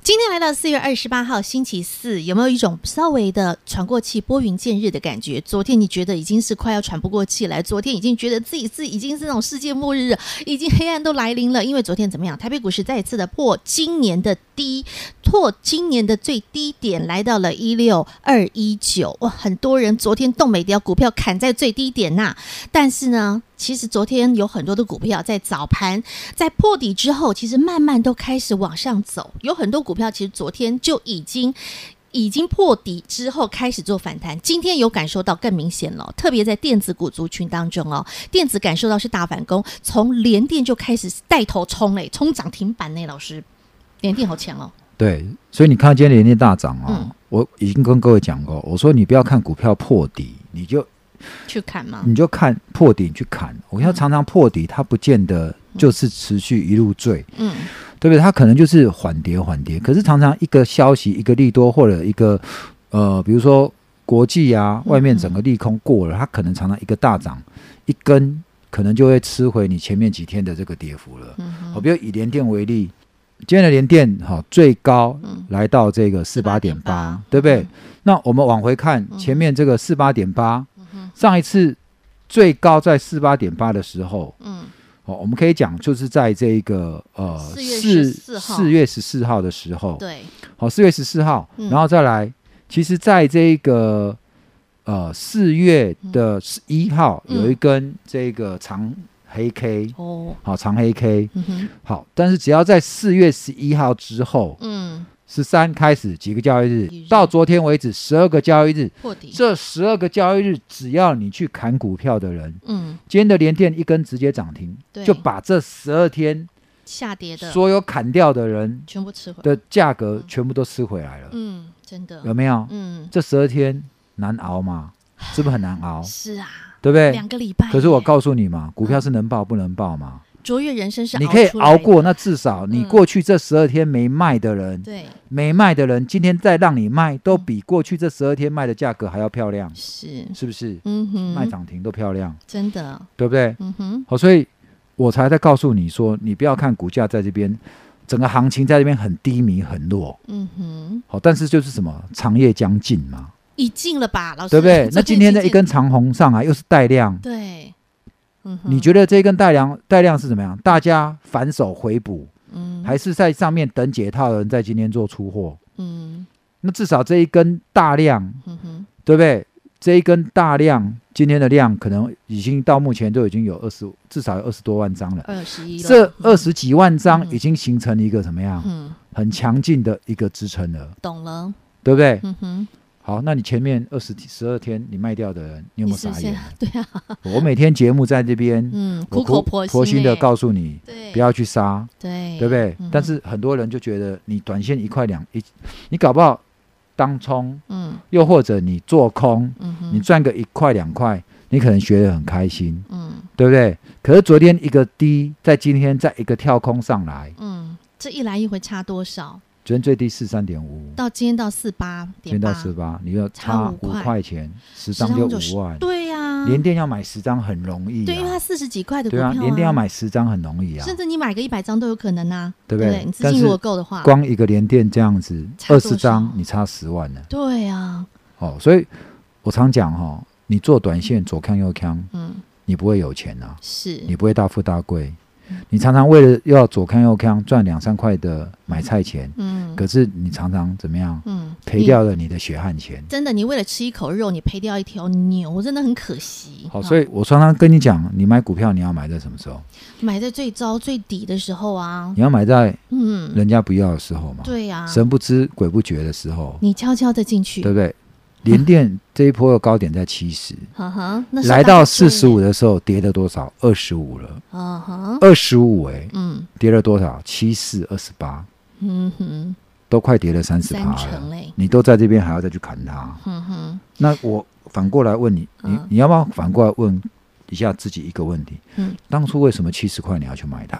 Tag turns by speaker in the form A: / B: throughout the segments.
A: 今天来到四月二十八号星期四，有没有一种稍微的喘过气、拨云见日的感觉？昨天你觉得已经是快要喘不过气来，昨天已经觉得自己是已经是那种世界末日了，已经黑暗都来临了。因为昨天怎么样，台北股市再一次的破今年的低，破今年的最低点，来到了一六二一九。哇，很多人昨天动每条股票砍在最低点呐、但是呢，其实昨天有很多的股票在早盘在破底之后，其实慢慢都开始往上走，有很多股票其实昨天就已经。已经破底之后开始做反弹，今天有感受到更明显了，特别在电子股族群当中哦，电子感受到是大反攻，从联电就开始带头冲嘞，冲涨停板嘞，老师，联电好强哦，
B: 对，所以你看今天连跌大涨哦，
A: 嗯
B: 我已经跟各位讲过，我说你不要看股票破底，你就
A: 去看嘛，
B: 你就看破底去砍。我要常常破底，它不见得就是持续一路坠，
A: 嗯
B: 对不对？它可能就是缓跌缓跌，可是常常一个消息、一个利多或者一个呃，比如说国际啊，
A: 嗯
B: 外面整个利空过了，它可能常常一个大涨一根，可能就会吃回你前面几天的这个跌幅了。
A: 嗯
B: 好，
A: 哼，
B: 比如以联电为例，今天的联电哈、好最高
A: 嗯
B: 来到这个四八点
A: 48.8
B: 八，对不对？
A: 嗯
B: 那我们往回看，
A: 嗯
B: 前面这个四八点八
A: 哼，
B: 上一次最高在四八点八的时候，
A: 嗯
B: 哦，我们可以讲就是在这个呃
A: 4月14号
B: 四月十四号的时候，
A: 对，
B: 好，四月十四号，
A: 嗯
B: 然后再来，其实在这个呃四月的十一号
A: 嗯
B: 有一根这个长黑 K，
A: 哦，
B: 好长黑 K，
A: 嗯哼，
B: 好，但是只要在四月十一号之后，
A: 嗯，
B: 十三开始几个交易
A: 一
B: 日
A: 日，
B: 到昨天为止十二个交易日，
A: 破底，
B: 这十二个交易日，只要你去砍股票的人，
A: 嗯，
B: 今天的连电一根直接涨停
A: 对，
B: 就把这十二天
A: 下跌的
B: 所有砍掉的人
A: 全部吃回来，
B: 的价格全部都吃回来了，
A: 嗯，真的，
B: 有没有？
A: 嗯，？
B: 这十二天难熬嘛，是不是很难熬
A: 是啊，
B: 对不对
A: 两？个礼拜。
B: 可是我，告诉你嘛，股票是能爆不能爆嘛？
A: 卓越人生是
B: 你
A: 熬
B: 可以
A: 出来
B: 熬
A: 的
B: 过，，那至少你
A: 嗯
B: 过去这十二天没卖的人，
A: 对，
B: 没卖的人，今天再让你卖，都比过去这十二天卖的价格还要漂亮，
A: 是，
B: 是不是？
A: 嗯哼，
B: 卖涨停都漂亮，
A: 真的，
B: 对不对？
A: 嗯哼，
B: 好，所以我才在告诉你说，你不要看股价在这边，整个行情在这边很低迷、很弱。
A: 嗯哼，
B: 好，但是就是什么长夜将近嘛，
A: 已进了吧，老师，
B: 对不对
A: 昨？
B: 那今天的
A: 已
B: 一
A: 经
B: 根长红上来又是带量
A: 进，对，嗯哼，
B: 你觉得这根带量带量是怎么样？大家反手回补，
A: 嗯
B: 还是在上面等解套的人在今天做出货？
A: 嗯
B: 那至少这一根大量
A: 嗯哼，
B: 对不对？这一根大量，今天的量可能已经到目前都已经有二十，至少有二十多万张了。
A: 二十一了，
B: 这二十几万张
A: 嗯
B: 已经形成一个怎么样？
A: 嗯，
B: 很强劲的一个支撑了，
A: 懂了，
B: 对不对？
A: 嗯哼，
B: 好，那你前面二十十二天你卖掉的人，你有
A: 你
B: 没有
A: 是不
B: 傻
A: 是
B: 眼？？
A: 对啊，
B: 我每天节目在这边，
A: 嗯，苦
B: 我
A: 口婆
B: 婆心
A: 的
B: 的告诉你，
A: 对，
B: 不要去杀，
A: 对，
B: 对不对
A: 嗯？
B: 但是很多人就觉得你短线一块两一，你搞不好当冲，
A: 嗯
B: 又或者你做空，
A: 嗯哼，
B: 你赚个一块两块，你可能学得很开心，
A: 嗯
B: 对不对？可是昨天一个低，在今天再一个跳空上来，
A: 嗯，这一来一回差多少？
B: 昨天最低四三点五，
A: 到今天到四八
B: 今
A: 点
B: 天到
A: 八，
B: 十八，你要
A: 差
B: 差
A: 五
B: 五
A: 块
B: 块钱，十
A: 十
B: 张就
A: 就是
B: 五万。
A: 对呀，
B: 连电要买十张很容易、
A: 对，因为它
B: 啊，
A: 四十几块的股
B: 对
A: 票
B: 啊，连电要买十张很容易啊，
A: 甚至你买个一百张都有可能呐、
B: 对不
A: 对
B: 对
A: 你资
B: 但
A: 金如
B: 是
A: 果够的话，
B: 光一个连电这样子，
A: 差
B: 二
A: 多少
B: 十张你差十万呢。
A: 对啊，
B: 哦，所以我常讲哈、哦，你做短线左看右看，
A: 嗯，
B: 你不会有钱啊，
A: 是，
B: 你不会大富大贵，
A: 嗯
B: 你常常为了要左看右看赚两三块的买菜钱，
A: 嗯
B: 可是你常常怎么样
A: 嗯，
B: 赔掉了你的血汗钱
A: 你。真的，你为了吃一口肉，你赔掉一条牛，真的很可惜。
B: 好，
A: 啊
B: 所以我常常跟你讲，你买股票你要买在什么时候？
A: 买在最糟最底的时候啊，
B: 你要买在
A: 嗯，
B: 人家不要的时候嘛，
A: 对呀、啊，嗯
B: 神不知鬼不觉的时候，
A: 你悄悄的进去
B: 对，不对？联电这一波的高点在七十，
A: 呵呵， 那
B: 来到四十五
A: 的，
B: 的时候跌了多少？二十五了，
A: 嗯哼，
B: 二十五哎，
A: 嗯
B: 跌了多少？七四二十八，
A: 嗯哼，
B: 都快跌了三十
A: 三
B: 趴
A: 成
B: 了。
A: 嘞，
B: 你都在这边还要再去砍它？
A: 嗯哼，
B: 那我反过来问你，你
A: 嗯
B: 你要不要反过来问一下自己一个问题：
A: 嗯，
B: 当初为什么七十块你要去买它？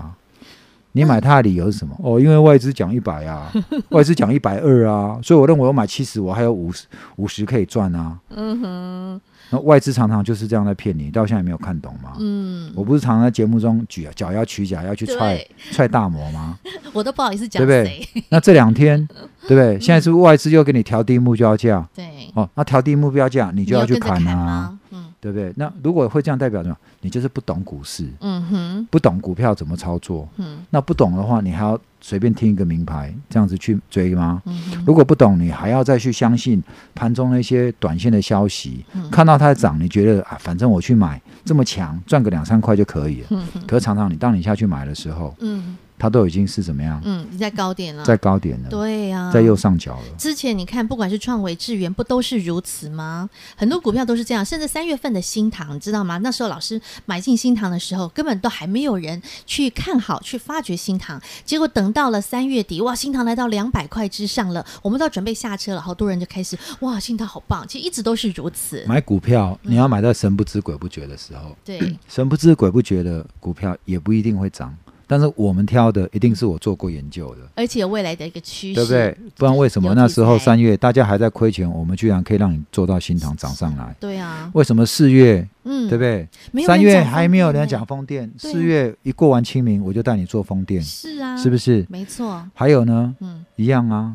B: 你买它的理由是什么？哦，因为外资讲一百 啊，外资讲一百二啊，所以我认为我买七十，我还有五十五十可以赚啊。
A: 嗯哼，
B: 那外资常常就是这样在骗你，到现在没有看懂吗？
A: 嗯，
B: 我不是常常在节目中举啊脚要取脚要去踹
A: 对，
B: 踹大摩吗？
A: 我都不好意思讲
B: 对不
A: 谁
B: 对，那这两天，对不对？现在是不是外资又给你调低目标价？
A: 对，
B: 哦，那调低目标价，你
A: 你
B: 就要去
A: 跟着
B: 砍啊，
A: 吗？嗯
B: 对不对？那如果会这样，代表什么？你就是不懂股市，
A: 嗯哼，
B: 不懂股票怎么操作。
A: 嗯
B: 那不懂的话，你还要随便听一个名牌这样子去追吗？
A: 嗯哼，
B: 如果不懂，你还要再去相信盘中那些短线的消息，
A: 嗯
B: 看到它涨，你觉得啊，反正我去买这么强，赚个两三块就可以了。
A: 嗯哼，
B: 可是常常你当你下去买的时候，
A: 嗯
B: 它都已经是怎么样，
A: 嗯，你在高点了，
B: 在高点了，
A: 对呀、啊，
B: 在右上角了。
A: 之前你看，不管是创维、智源，不都是如此吗？很多股票都是这样，甚至三月份的新塘，你知道吗？那时候老师买进新塘的时候，根本都还没有人去看好、去发掘新塘。结果等到了三月底，哇，新塘来到两百块之上了，我们都要准备下车了，好多人就开始哇，新塘好棒。其实一直都是如此，
B: 买股票，
A: 嗯
B: 你要买到神不知鬼不觉的时候，
A: 对，
B: 神不知鬼不觉的股票也不一定会涨，但是我们挑的一定是我做过研究的，
A: 而且未来的一个趋势，
B: 对不对？不然为什么
A: 有题材
B: 那时候三月大家还在亏钱，我们居然可以让你做到新塘涨上来？
A: 对啊，
B: 为什么四月
A: 嗯，
B: 对不对？
A: 没有
B: 三
A: 人
B: 月
A: 讲
B: 还
A: 封
B: 没有
A: 面
B: 人
A: 呢
B: 讲，风电，
A: 对啊
B: 四月一过完清明我就带你做风电，
A: 是啊，
B: 是不
A: 是？
B: 是？
A: 没错，
B: 还有呢，
A: 嗯
B: 一样啊，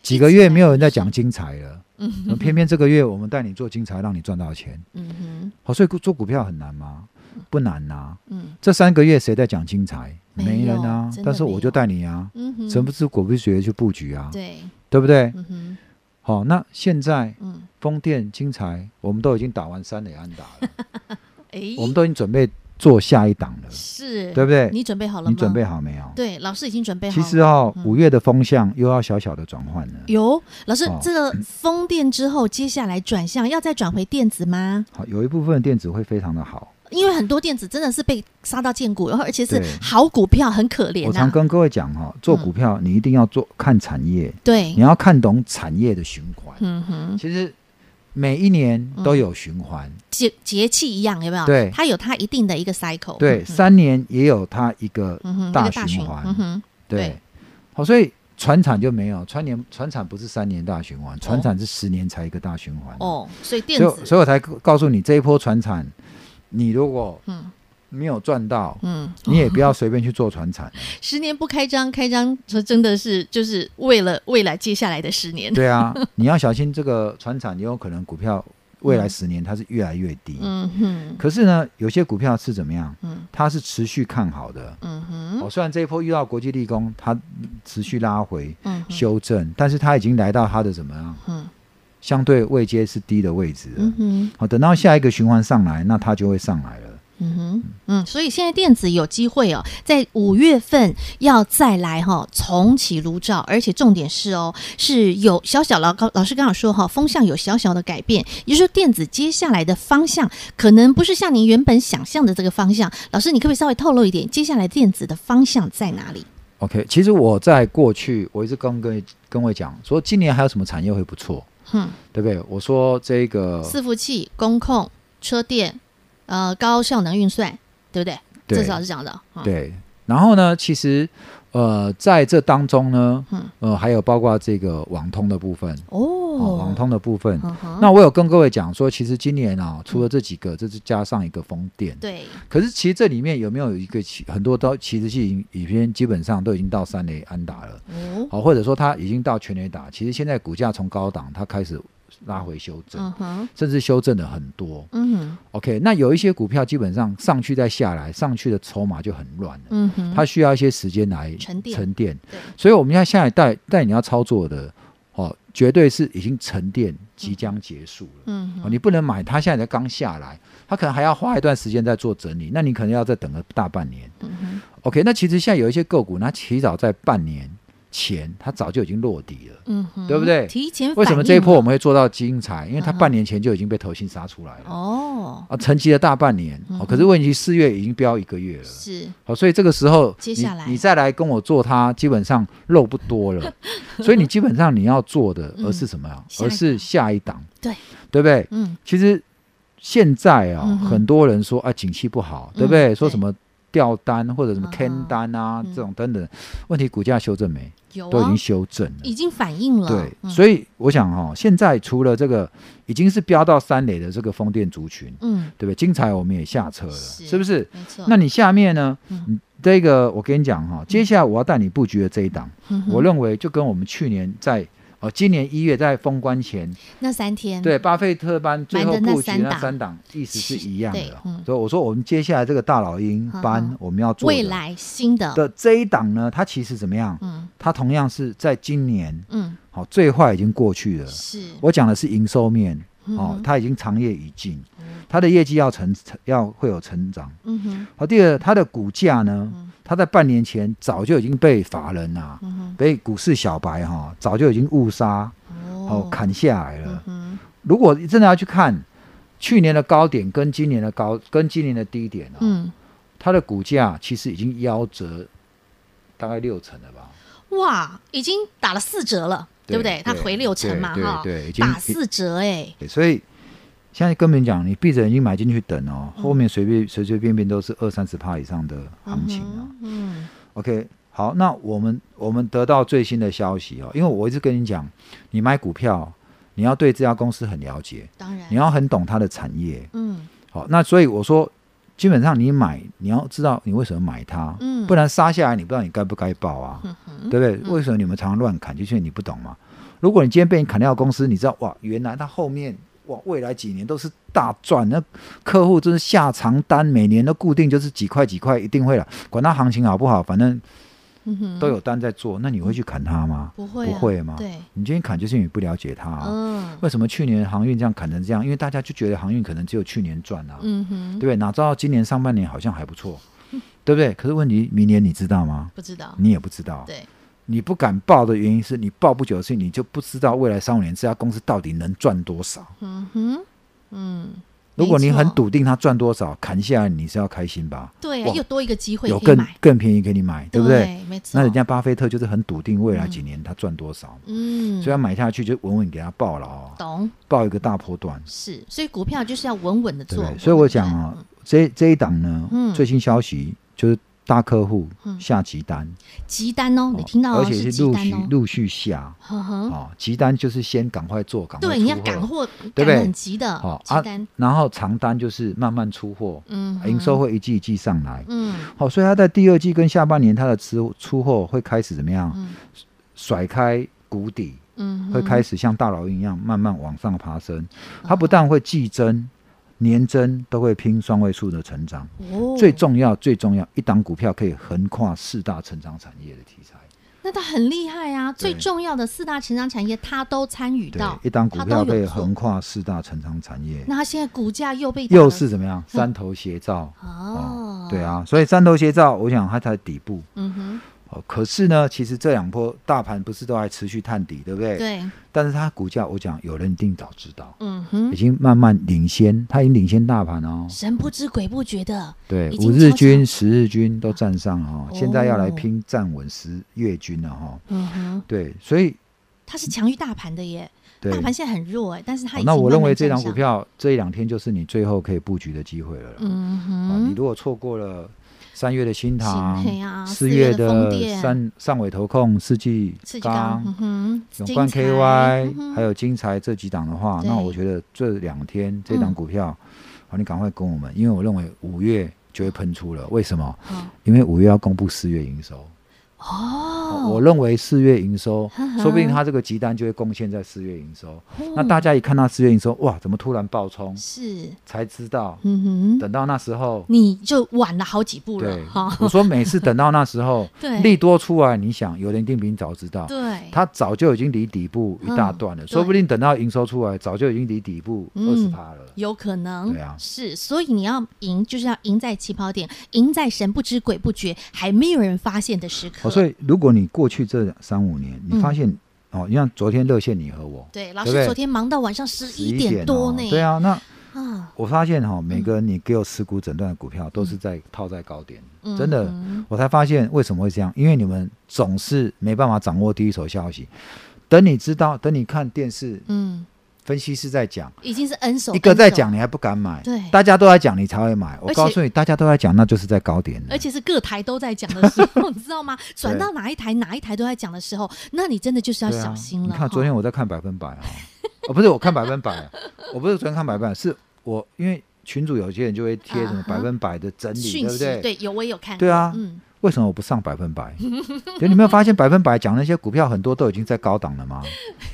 B: 几
A: 一
B: 个
A: 直
B: 月
A: 在
B: 没有人在
A: 是
B: 讲精彩了，嗯，偏偏这个月我们带你做精彩，让你赚到钱。
A: 嗯哼，
B: 好，所以做股票很难吗？不难呐、
A: 嗯
B: 这三个月谁在讲精彩？
A: 没
B: 人啊
A: 有真。的
B: 但是
A: 没有
B: 我就带你啊，
A: 嗯哼，
B: 神不知鬼不觉去布局啊，
A: 对，
B: 对不对？
A: 嗯哼，
B: 好、那现在
A: 嗯。
B: 风电、精彩，我们都已经打完三垒安打 了，
A: 诶，
B: 我们都已经准备做下一档了，
A: 是，
B: 对不对？
A: 你准备好了吗？
B: 你准备好没有？
A: 对，老师已经准备好
B: 其
A: 了。
B: 实哦，
A: 嗯
B: 五月的风向又要小小的转换了。
A: 有老师
B: 哦，
A: 这个风电之后，接下来转向要再转回电子吗？
B: 好，有一部分的电子会非常的好。
A: 因为很多电子真的是被杀到见骨，然后而且是
B: 对
A: 好股票，很可怜啊
B: 我
A: 呐、
B: 常跟各位讲哈、哦，做
A: 嗯
B: 股票你一定要做看产业，
A: 对
B: 你，要看懂产业的循环。
A: 嗯哼，
B: 其实每一年都有循环，
A: 节节气一样，有没有？
B: 对
A: 它有它一定的一个 cycle。
B: 对，
A: 嗯哼
B: 三年也有它一个
A: 嗯哼，
B: 大
A: 那个大
B: 循
A: 循
B: 环
A: 嗯哼，对
B: 对，好，所以船产就没有，船年船产不是三年大循环，船产是十年才一个大循环。，
A: 哦，所以电
B: 所以我
A: 子，
B: 所以我才告诉你这一波船产，你如果
A: 嗯
B: 没有赚到，
A: 嗯，
B: 你也 不要随便去做船产。
A: 十年不开张，开张这真的是就是为了未来接下来的十年。
B: 对啊，你要小心这个船产，也有可能股票未来十年它是越来越低。
A: 嗯哼，
B: 可是呢，有些股票是怎么样？
A: 嗯
B: 它是持续看好的。
A: 嗯哼，
B: 哦，虽然这一波遇到国际利空，它持续拉回
A: 嗯哼。
B: 修正，但是它已经来到它的怎么样？
A: 嗯
B: 相对位阶是低的位置了。
A: 嗯哼，
B: 好，等到下一个循环上来，那它就会上来了。
A: 嗯哼，嗯，所以现在电子有机会哦，在五月份要再来哈、重启炉灶，而且重点是哦，是有小小老老师刚好说哈、风向有小小的改变，也就是说电子接下来的方向可能不是像你原本想象的这个方向。老师，你可不可以稍微透露一点，接下来电子的方向在哪里？
B: OK，其实我在过去我一直跟各位跟我讲说，今年还有什么产业会不错，
A: 哼，
B: 对不对？我说这个
A: 伺服器、工控、车电，呃，高效能运算，对不对？这
B: 对
A: 是老师讲的。嗯，
B: 对，然后呢，其实呃在这当中呢
A: 嗯，
B: 呃还有包括这个网通的部分，哦，
A: 哦，
B: 网，通的部分。
A: 嗯哼，
B: 那我有跟各位讲说，其实今年啊，除了这几个，这是加上一个风电。
A: 对，
B: 可是其实这里面有没有一个其很多都其实是已经已经基本上都已经到三雷安打了，
A: 哦。
B: 好、或者说它已经到全雷打。其实现在股价从高档它开始拉回修正，
A: 嗯哼，
B: 甚至修正了很多。
A: 嗯
B: OK，那有一些股票基本上上去再下来，上去的筹码就很乱了，
A: 嗯哼，
B: 它需要一些时间来
A: 沉淀
B: 沉淀
A: 对。
B: 所以我们要下一代带你要操作的，哦，绝对是已经沉淀即将结束了。
A: 嗯
B: 哦，
A: 哼，
B: 你不能买，它现在才刚下来，它可能还要花一段时间在做整理，那你可能要再等个大半年。
A: 嗯哼，
B: OK，那其实现在有一些个股，它提早在半年前，它早就已经落底了。
A: 嗯哼，
B: 对不对
A: 提前
B: 为什么
A: 反
B: 这一
A: 应
B: 波我
A: 了
B: 们会做到精彩？因为它
A: 嗯哼
B: 半年前就已经被投信杀出来了，
A: 哦嗯
B: 啊，沉寂了大半年。哦，可是问题四月已经飙一个月了。
A: 是
B: 好，所以这个时候
A: 接下来
B: 你你再来跟我做它，基本上肉不多 了。所以你基本上你要做的，而是什么呀？
A: 嗯下一
B: 而是下一档，
A: 对
B: 对不对？
A: 嗯
B: 其实现在啊、
A: 嗯哼
B: 很多人说啊，景气不好，对不
A: 嗯
B: 对？说
A: 对
B: 什么掉单或者什么
A: 嗯
B: K 单啊、
A: 嗯
B: 这种等等，问题股价修正没？
A: 有
B: 都已
A: 啊
B: 经，修正了。
A: 已经反应了。
B: 对，
A: 嗯
B: 所以我想哈、哦，现在除了这个已经是飙到三垒的这个风电族群，
A: 嗯，
B: 对不对？精彩我们也下车了，
A: 是
B: 是不是？
A: 没错。
B: 那你下面呢？
A: 嗯
B: 你这个我跟你讲哈、接下来我要带你布局的这一档，
A: 嗯哼
B: 我认为就跟我们去年在呃今年一月在封关前，
A: 那三天，
B: 对巴菲特班最
A: 买
B: 后
A: 的那
B: 布局
A: 三档
B: 那三档意思是一样
A: 是对
B: 的
A: 嗯。
B: 所以我说我们接下来这个大老鹰
A: 嗯哼
B: 班我们要做的
A: 未来新的，
B: 的这一档呢，它其实怎么样？
A: 嗯
B: 它同样是在今年
A: 嗯，
B: 好、最坏已经过去了，
A: 是
B: 我讲的是营收面
A: 嗯
B: 哦
A: 哼，
B: 它已经长业已尽，它的业绩要成要会有成长。
A: 嗯哼
B: 好，第二，它的股价呢，它在半年前早就已经被法人啊，
A: 嗯哼
B: 被股市小白哈、早就已经误杀哦
A: 哦，
B: 砍下来
A: 嗯
B: 了。
A: 哼
B: 如果真的要去看去年的高点跟今年的高跟今年的低点哦，
A: 嗯，
B: 它的股价其实已经夭折大概六成了吧。
A: 哇，已经打了四折了，对不对？
B: 对
A: 它回六成嘛，
B: 对
A: 哈，
B: 对对已经
A: 打四折哎，
B: 对所以现在跟别人讲，你闭着眼睛买进去等哦，
A: 嗯
B: 后面随便随随便便都是二三十趴以上的行情啊。
A: 嗯哼嗯
B: OK，好，那我们我们得到最新的消息哦，因为我一直跟你讲，你买股票，你要对这家公司很了解，
A: 当然
B: 你，要很懂它的产业。
A: 嗯
B: 好，那所以我说，基本上你买，你要知道你为什么买它，
A: 嗯
B: 不然杀下来你不知道你该不该报啊，
A: 嗯哼，
B: 对不对？为什么你们常常乱砍？就是因为你不懂嘛。如果你今天被你砍掉的公司，你知道哇，原来它后面。哇，未来几年都是大赚，那客户真是下长单，每年都固定就是几块几块，一定会了。管它行情好不好，反正
A: 嗯哼
B: 都有单在做，那你会去砍它吗？
A: 不会
B: 不
A: 啊
B: 会吗
A: 对，
B: 你今天砍就是因为你不了解它、啊。
A: 嗯
B: 为什么去年航运这样砍成这样？因为大家就觉得航运可能只有去年赚啊，
A: 嗯
B: 对
A: 哼，
B: 不对？哪知道今年上半年好像还不错，对不对？可是问题，明年你知道吗？
A: 不知道，
B: 你也不知道。
A: 对，
B: 你不敢报的原因是你报不久的事情，你就不知道未来三五年这家公司到底能赚多少。
A: 嗯哼，嗯，
B: 如果你
A: 没错
B: 很，笃定它赚多少，砍下来你是要开心吧？
A: 对啊，
B: 哇
A: 又多一个机会
B: 有
A: 可以
B: 更
A: 买，
B: 更便宜给你买，对不对？？
A: 没错，
B: 那人家巴菲特就是很笃定未来几年他赚多少嘛
A: 嗯
B: 所以，他买下去就稳稳给他报了哦，
A: 懂
B: 报一个大波段，
A: 是，所以股票就是要稳稳的
B: 对不
A: 做
B: 对？，所以我讲
A: 啊，
B: 啊，这这一档呢，
A: 嗯
B: 最新消息就是大客户
A: 嗯
B: 下急单，
A: 急单哦，你
B: 哦
A: 听到
B: 而
A: 哦
B: 且
A: 是
B: 是
A: 急
B: 陆
A: 单
B: 续
A: 哦，
B: 陆续下
A: 呵呵，
B: 啊，急单就是先赶快做，赶快
A: 对，
B: 出
A: 你要
B: 货
A: 赶货，
B: 对不
A: 赶
B: 对
A: 得很急的
B: 好
A: 急单，
B: 然后长单就是慢慢出货，
A: 嗯，
B: 营收，会一季一季上来。
A: 嗯
B: 好，所以它在第二季跟下半年它的出出货会开始怎么样？
A: 嗯
B: 甩开谷底，
A: 嗯，哦
B: 会开始像大老鹰一样慢慢往上爬升。它不但会季增、年增都会拼双位数的成长。
A: 哦，
B: 最，重要、最重要，一档股票可以横跨四大成长产业的题材。
A: 那他很厉害啊，最
B: 对
A: 重要的四大成长产业他都参与
B: 对
A: 到，，
B: 一档股
A: 他都
B: 票可以
A: 有做
B: 横，跨四大成长产业，
A: 那他现在股价又被打
B: 又
A: 了
B: 是怎么样？三头斜照。
A: 嗯哦，
B: 对，啊，所以三头斜照，我想它才底部。
A: 嗯哼，
B: 哦，可是呢，其实这两波大盘不是都还持续探底，对不对？。
A: 对，
B: 但是它股价，我讲有人一定早知道，
A: 嗯
B: 已
A: 哼，
B: 经慢慢领先，它已经领先大盘哦。
A: 神不知鬼不觉的，
B: 对
A: 已，经
B: 五日
A: 悄悄
B: 均、十日均都站上哦，
A: 哦
B: 现在要来拼站稳十月均了哈、哦。
A: 嗯哼，
B: 对，所以
A: 它是强于大盘的耶，
B: 对，
A: 大盘现在很弱哎，但是它
B: 好
A: 已经
B: 那我
A: 慢
B: 认
A: 慢
B: 为这
A: 站
B: 档股
A: 上，
B: 票这一两天就是你最后可以布局的机会了啦。
A: 嗯
B: 啊，你
A: 哼，
B: 如果错过了三月的新塘
A: 嘿啊，
B: 四
A: 月
B: 月
A: 风
B: 的
A: 电
B: 上上尾投控、世纪
A: 刺激
B: 钢
A: 钢，、嗯哼，
B: 永
A: 精
B: 冠
A: 彩
B: KY，、
A: 嗯哼
B: 还有金财这几档的话，
A: 对嗯
B: 那我觉得这两天这档股票，好，你赶快跟我们，因为我认为五月就会喷出了。为什么？
A: 好
B: 因为五月要公布四月营收，
A: 哦，
B: 我认为四月营收，
A: 呵呵
B: 说不定它这个集单就会贡献在四月营收。
A: 哦
B: 那大家一看到四月营收，哇，怎么突然爆冲？
A: 是，
B: 才知道，
A: 嗯哼，
B: 等到那时候，
A: 你就晚了好几步
B: 对
A: 了，哈，，
B: 我说每次等到那时候
A: ，对
B: 利多出来，你想有人一定比你早知道，
A: 对，
B: 它早就已经离底部一大段了，
A: 嗯对
B: 说不定等到营收出来，早就已经离底部
A: 嗯
B: 二十趴了。
A: 有可能，
B: 对啊
A: 是，所以你要赢，就是要赢在起跑点，赢在神不知鬼不觉，还没有人发现的时刻。
B: 哦，所以如果你过去这三五年，
A: 嗯
B: 你发现、哦，你像昨天热线你和我
A: 对，老
B: 对不
A: 师
B: 对
A: 昨天忙到晚上十
B: 11
A: 一点多
B: 哦
A: 呢。
B: 对啊，那
A: 啊，
B: 我发现哈、哦每个你给我持股诊断的股票都是在套在高点，
A: 嗯
B: 真的
A: 嗯，
B: 我才发现为什么会这样，因为你们总是没办法掌握第一手消息。等你知道，等你看电视，
A: 嗯，
B: 分析师在讲，
A: 已经是 N 手
B: 一个在，
A: N
B: 讲你还不敢买，
A: 对
B: 大家都在讲你才会买。
A: 而
B: 我
A: 且
B: 告诉你，大家都在讲，那就是在高点
A: 手
B: 了
A: 而且是各台都在讲的时候，你知道吗？ 转到哪一台哪一台都在讲的时候，那你真的就是要
B: 对啊
A: 小心
B: 你
A: 了。
B: 看昨天我在看百分百啊，哦，不是我看百分 百啊，我不是昨天看百分百，是我因为群主有些人就会贴什么
A: 啊哈
B: 百分百的整
A: 哦
B: 理，
A: 讯
B: 对不
A: 息
B: 对？
A: 对有我也有看，
B: 对啊
A: 嗯，
B: 为什么我不上百分百？ 对，你没有发现百分百讲那些股票很多都已经在高档了 吗？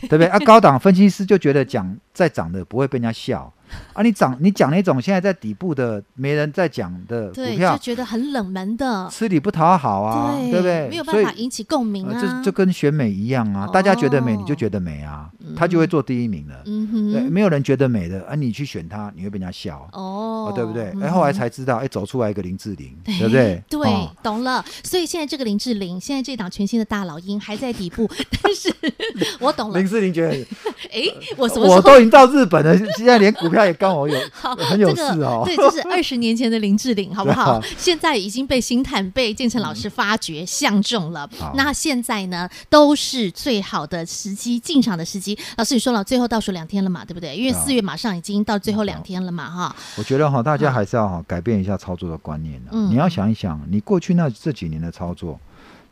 B: 对不对？啊，高档分析师就觉得讲在涨的不会被人家笑啊，你涨你讲那种现在在底部的没人在讲的股
A: 对，就
B: 票，
A: 觉得很冷门的，
B: 吃力不讨好啊，对不对？
A: 没有
B: 所
A: 办
B: 以
A: 法引起共鸣
B: 呃
A: 啊，
B: 这这跟选美一样啊，大家觉得美
A: 哦
B: 你就觉得美啊，他就会做第一名了。
A: 嗯
B: 对，
A: 哼，
B: 没有人觉得美的啊，你去选它，你会被人家笑。
A: 哦
B: 哦，对不对？
A: 嗯
B: 哎，后来才知道，哎，走出来一个林志玲，对不
A: 对
B: 对？
A: 对、
B: 哦
A: 懂了。所以现在这个林志玲，现在这档全新的大老鹰还在底 部，但是我懂了
B: 林。志 玲觉得
A: 哎，我哦什么
B: 我
A: 时候？
B: 都已经到日本了，现在连股票也跟我有
A: 好
B: 很有事哦。
A: 这个、对，这是二十年前的林志 玲，好不好？
B: 对啊嗯
A: 现在已经被星探、被建成老师发掘、相中了
B: 好。
A: 那现在呢，都是最好的时机进场的时机。老师，你说了，最后倒数两天了嘛，对不对？因为
B: 对啊
A: 四月马上已经到最后两天了嘛，哈。
B: 我觉得哈，大家还是要哈改变一下操作的观念啊
A: 嗯
B: 你要想一想，你过去那这几年的操作，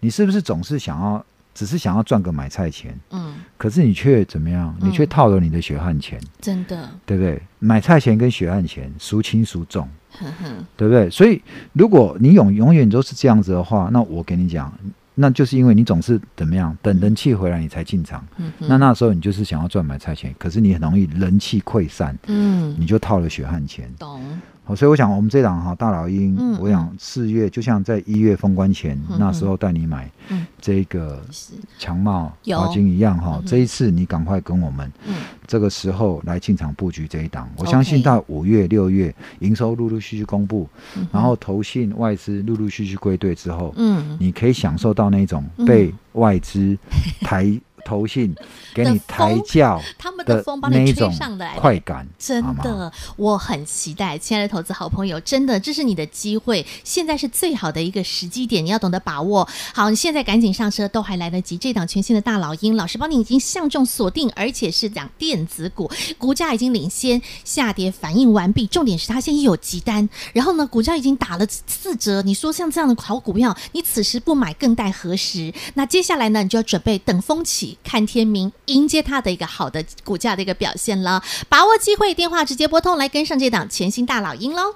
B: 你是不是总是想要只是想要赚个买菜钱，
A: 嗯，
B: 可是你却怎么样？
A: 嗯
B: 你却套了你的血汗钱，
A: 真的，
B: 对不对？买菜钱跟血汗钱孰轻孰 重，
A: 哼哼，
B: 对不对？所以如果你永永远都是这样子的话，那我跟你讲，那就是因为你总是怎么样，等人气回来你才进场。
A: 嗯哼
B: 那那时候你就是想要赚买菜钱，可是你很容易人气溃散，
A: 嗯，
B: 你就套了血汗钱。
A: 懂，
B: 好，所以我想我们这档哈大老鹰，
A: 嗯
B: 我想四月就像在一月封关前、
A: 嗯
B: 那时候带你买
A: 嗯
B: 这个
A: 是，
B: 强茂、
A: 有
B: 华金一样哈、
A: 嗯
B: 这一次你赶快跟我们
A: 嗯。
B: 这个时候来进场布局这一档，我
A: OK
B: 相信到五月、六月营收陆陆续续公布，
A: 嗯哼
B: 然后投信外资陆陆续续归队之后，
A: 嗯，
B: 你可以享受到那种
A: 嗯
B: 被外资抬、投信给你
A: 的
B: 抬
A: 风
B: 轿。
A: 他们的
B: 的
A: 风把
B: 那
A: 你
B: 一
A: 吹
B: 种
A: 上来，
B: 快感，
A: 真
B: 好吗
A: 的，我很期待，亲爱的投资好朋友，真的，这是你的机会，现在是最好的一个时机点，你要懂得把握。好，你现在赶紧上车，都还来得及。这档全新的大老鹰，老师帮你已经相中锁定，而且是讲电子股，股价已经领先下跌反应完毕。重点是它现在有急单，然后呢，股价已经打了四折。你说像这样的好股票，你此时不买更待何时？那接下来呢，你就要准备等风起，看天明，迎接它的一个好的股价的一个表现了。把握机会，电话直接拨通来跟上这档全新大老鹰喽。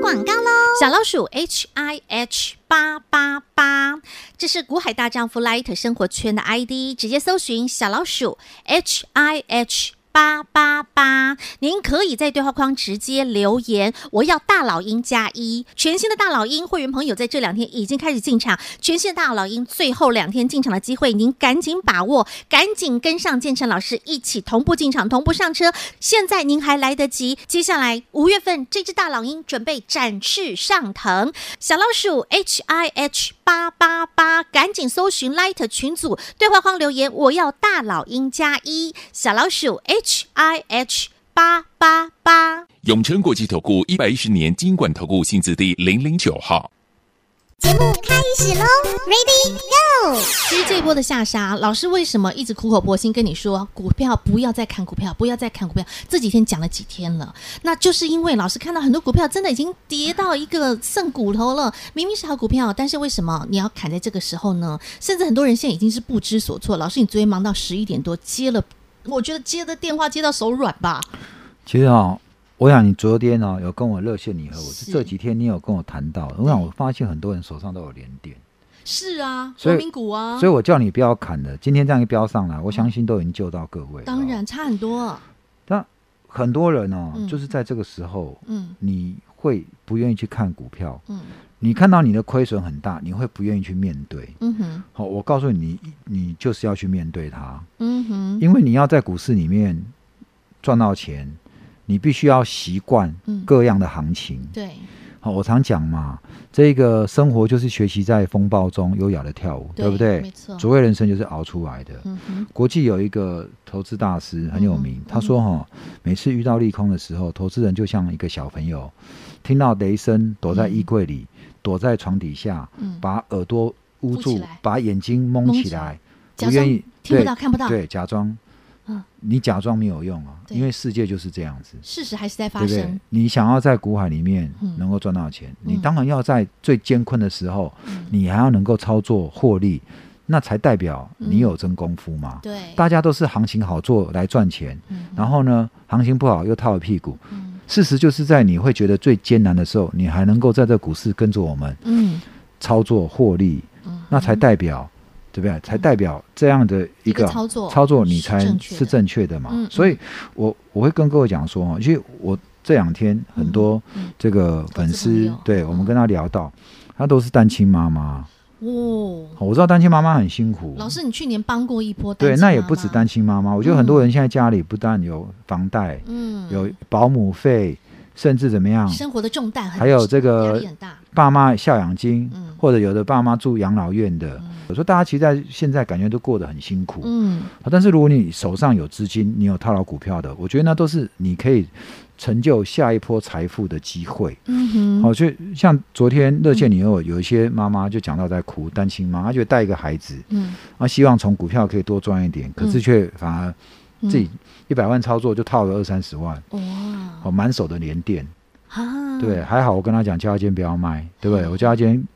A: 广告喽！小老鼠 H I H 八八八，这是股海大丈夫 Light 生活圈的 ID，直接搜寻小老鼠 H I H。八八八，您可以在对话框直接留言，我要大老鹰加一。全新的大老鹰会员朋友在这两天已经开始进场，全新的大老鹰最后两天进场的机会，您赶紧把握，赶紧跟上建成老师一起同步进场，同步上车。现在您还来得及，接下来五月份这只大老鹰准备展翅上腾，小老鼠 H I H 八八八，赶紧搜寻 Light 群组对话框留言，我要大老鹰加一，小老鼠 H I H 八八八。
C: 永诚国际投顾一百一十年金管投顾新质第零零九号。
A: 其实这一波的下杀，老师为什么一直苦口婆心跟你说股票不要再看股票，不要再看股票？这几天讲了几天了，那就是因为老师看到很多股票真的已经跌到一个剩骨头了，明明是好股票，但是为什么你要砍在这个时候呢？甚至很多人现在已经是不知所措。老师，你昨天忙到十一点多接了，我觉得接的电话接到手软吧？
B: 其实哦，我想你昨天哦有跟我热线你和我，
A: 是
B: 这几天你有跟我谈到，我想我发现很多人手上都有连点，
A: 是啊，
B: 所
A: 国
B: 以
A: 民股啊
B: 所以，我叫你不要砍了。今天这样一标上来，我相信都已经救到各位了。哦
A: 当，然差很多。
B: 但很多人哦，
A: 嗯
B: 就是在这个时候，
A: 嗯
B: 你会不愿意去看股票，
A: 嗯
B: 你看到你的亏损很大，你会不愿意去面对。
A: 嗯哼
B: 好、我告诉你，你你就是要去面对它，
A: 嗯哼
B: 因为你要在股市里面赚到钱，你必须要习惯
A: 嗯，
B: 各样的行情。
A: 对，
B: 好、我常讲嘛，这个生活就是学习在风暴中优雅的跳舞，对不
A: 没
B: 对？
A: 错。
B: 所谓人生就是熬出来的。
A: 嗯哼，
B: 国际有一个投资大师很有名，
A: 嗯嗯
B: 他说哈、每次遇到利空的时候，投资人就像一个小朋友，听到雷声躲在衣柜里，躲在床底下，
A: 嗯，
B: 把耳朵捂
A: 捂起
B: 住
A: 来，
B: 把眼睛蒙
A: 蒙
B: 起
A: 起来
B: 来，
A: 假
B: 不愿
A: 装
B: 意
A: 听不到看不到。
B: 对，假装
A: 嗯
B: 你假装没有用啊，
A: 对
B: 因为世界就是这样子，
A: 事实还是在
B: 对
A: 发
B: 不对
A: 生。？
B: 你想要在股海里面
A: 嗯
B: 能够赚到钱，
A: 嗯
B: 你当然要在最艰困的时候，你还要能够操作获利，那才代表
A: 嗯
B: 你有真功夫嘛。
A: 对，
B: 大家都是行情好做来赚钱，
A: 嗯
B: 然后呢，行情不好又套了屁股。
A: 嗯
B: 事实就是在你会觉得最艰难的时候，你还能够在这股市跟着我们
A: 嗯
B: 操作获利，
A: 嗯
B: 那才代表，对不对？才代表这样的一
A: 一
B: 个
A: 个操作
B: 操作你才
A: 是正确的
B: 是正确的嘛。
A: 嗯嗯
B: 所以我我会跟各位讲说哦，因为我这两天很多
A: 嗯嗯
B: 这个
A: 投资
B: 粉
A: 朋
B: 丝，
A: 友嗯
B: 对我们跟他聊到，他都是单亲妈妈。
A: 哦，
B: 我知道单亲妈妈很辛苦，
A: 老师，你去年帮过一波单
B: 对，
A: 亲
B: 那也
A: 妈
B: 不止
A: 妈
B: 单，亲妈妈，我觉得很多人现在家里不但有房贷，
A: 嗯，
B: 有保姆费，甚至怎么样，
A: 生活的重担很，
B: 还有这
A: 压
B: 个
A: 力很大，
B: 爸妈孝养金，
A: 嗯
B: 或者有的爸妈住养老院的
A: 嗯。
B: 我说大家其实在现在感觉都过得很辛苦，
A: 嗯
B: 但是如果你手上有资金，你有套牢股票的，我觉得那都是你可以成就下一波财富的机会。
A: 嗯哼，
B: 好、就像昨天热线里有有一些妈妈就讲到在哭，单亲妈，她觉得带一个孩子，
A: 嗯，
B: 啊，希望从股票可以多赚一点，可是却反而
A: 嗯
B: 自己一百万操作就套了二三十万，
A: 哇
B: 哦，满手的连电，
A: 啊，
B: 对，，还好我跟他讲叫他今天不要卖，对不对？我叫他
A: 嗯
B: 今天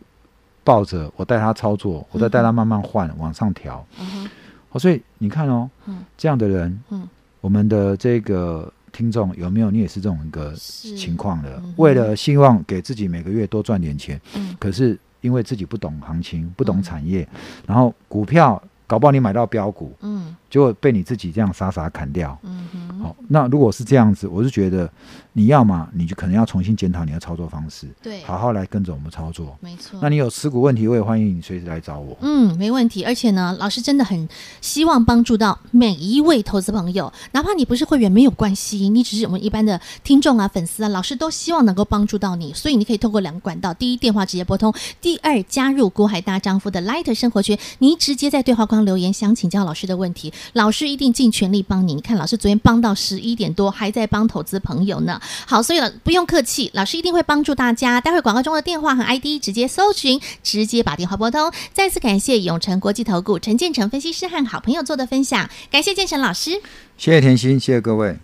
B: 抱着，我带他操作，我再带他慢慢换往上调。
A: 嗯
B: 哦，所以你看哦
A: 嗯，
B: 这样的人
A: 嗯，
B: 我们的这个听众有没有？你也是这种一个
A: 是
B: 情，况的
A: 嗯哼，
B: 为了希望给自己每个月多赚点钱，
A: 嗯
B: 可是因为自己不懂行情、
A: 嗯
B: 不懂产业，然后股票搞不好你买到标股，
A: 嗯
B: 结果被你自己这样傻傻砍掉。
A: 嗯哼，
B: 好、那如果是这样子，我是觉得你要嘛，你就可能要重新检讨你的操作方式，
A: 对，嗯
B: 好好来跟着我们操作。
A: 没错，
B: 那你有持股问题，我也欢迎你随时来找我。
A: 嗯，没问题。而且呢，老师真的很希望帮助到每一位投资朋友，哪怕你不是会员没有关系，你只是我们一般的听众啊、粉丝啊，老师都希望能够帮助到你。所以你可以透过两个管道：第一，电话直接拨通；第二，加入股海大丈夫的 Light 生活圈，您直接在对话框留言，想请教老师的问题，老师一定尽全力帮你。你看，老师昨天帮到十一点多，还在帮投资朋友呢。好，所以老不用客气，老师一定会帮助大家。待会儿广告中的电话和 ID 直接搜寻，直接把电话拨通。再次感谢永诚国际投顾陈建成分析师和好朋友做的分享，感谢建成老师。
B: 谢谢甜心，谢谢各位。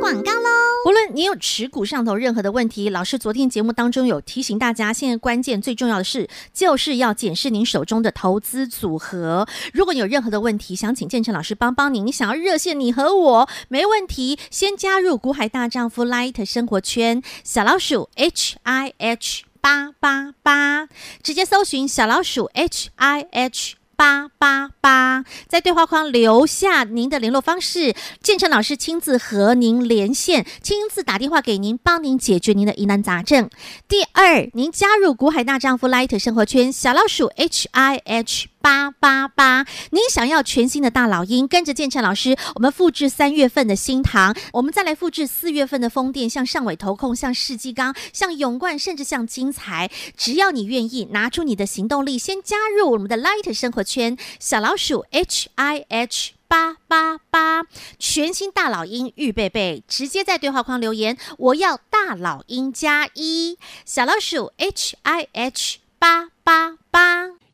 A: 广告喽。无论你有持股上头任何的问题，老师昨天节目当中有提醒大家，现在关键最重要的是，就是要检视您手中的投资组合。如果你有任何的问题，想请建成老师帮帮你，你想要热线你和我，没问题，先加入股海大丈夫 Light 生活圈，小老鼠 H I H 八八八，直接搜寻小老鼠 H I H。八八八，在对话框留下您的联络方式，建成老师亲自和您连线，亲自打电话给您，帮您解决您的疑难杂症。第二，您加入股海大丈夫 Light 生活圈，小老鼠 H I H。八八八，您想要全新的大老鹰，跟着建成老师，我们复制三月份的新塘，我们再来复制四月份的风电，像上尾投控，像世纪钢，像永冠，甚至像金财，只要你愿意，拿出你的行动力，先加入我们的 Light 生活圈，小老鼠 H I H 八八八，全新大老鹰预备备，直接在对话框留言，我要大老鹰加一，小老鼠 H I H 八八八。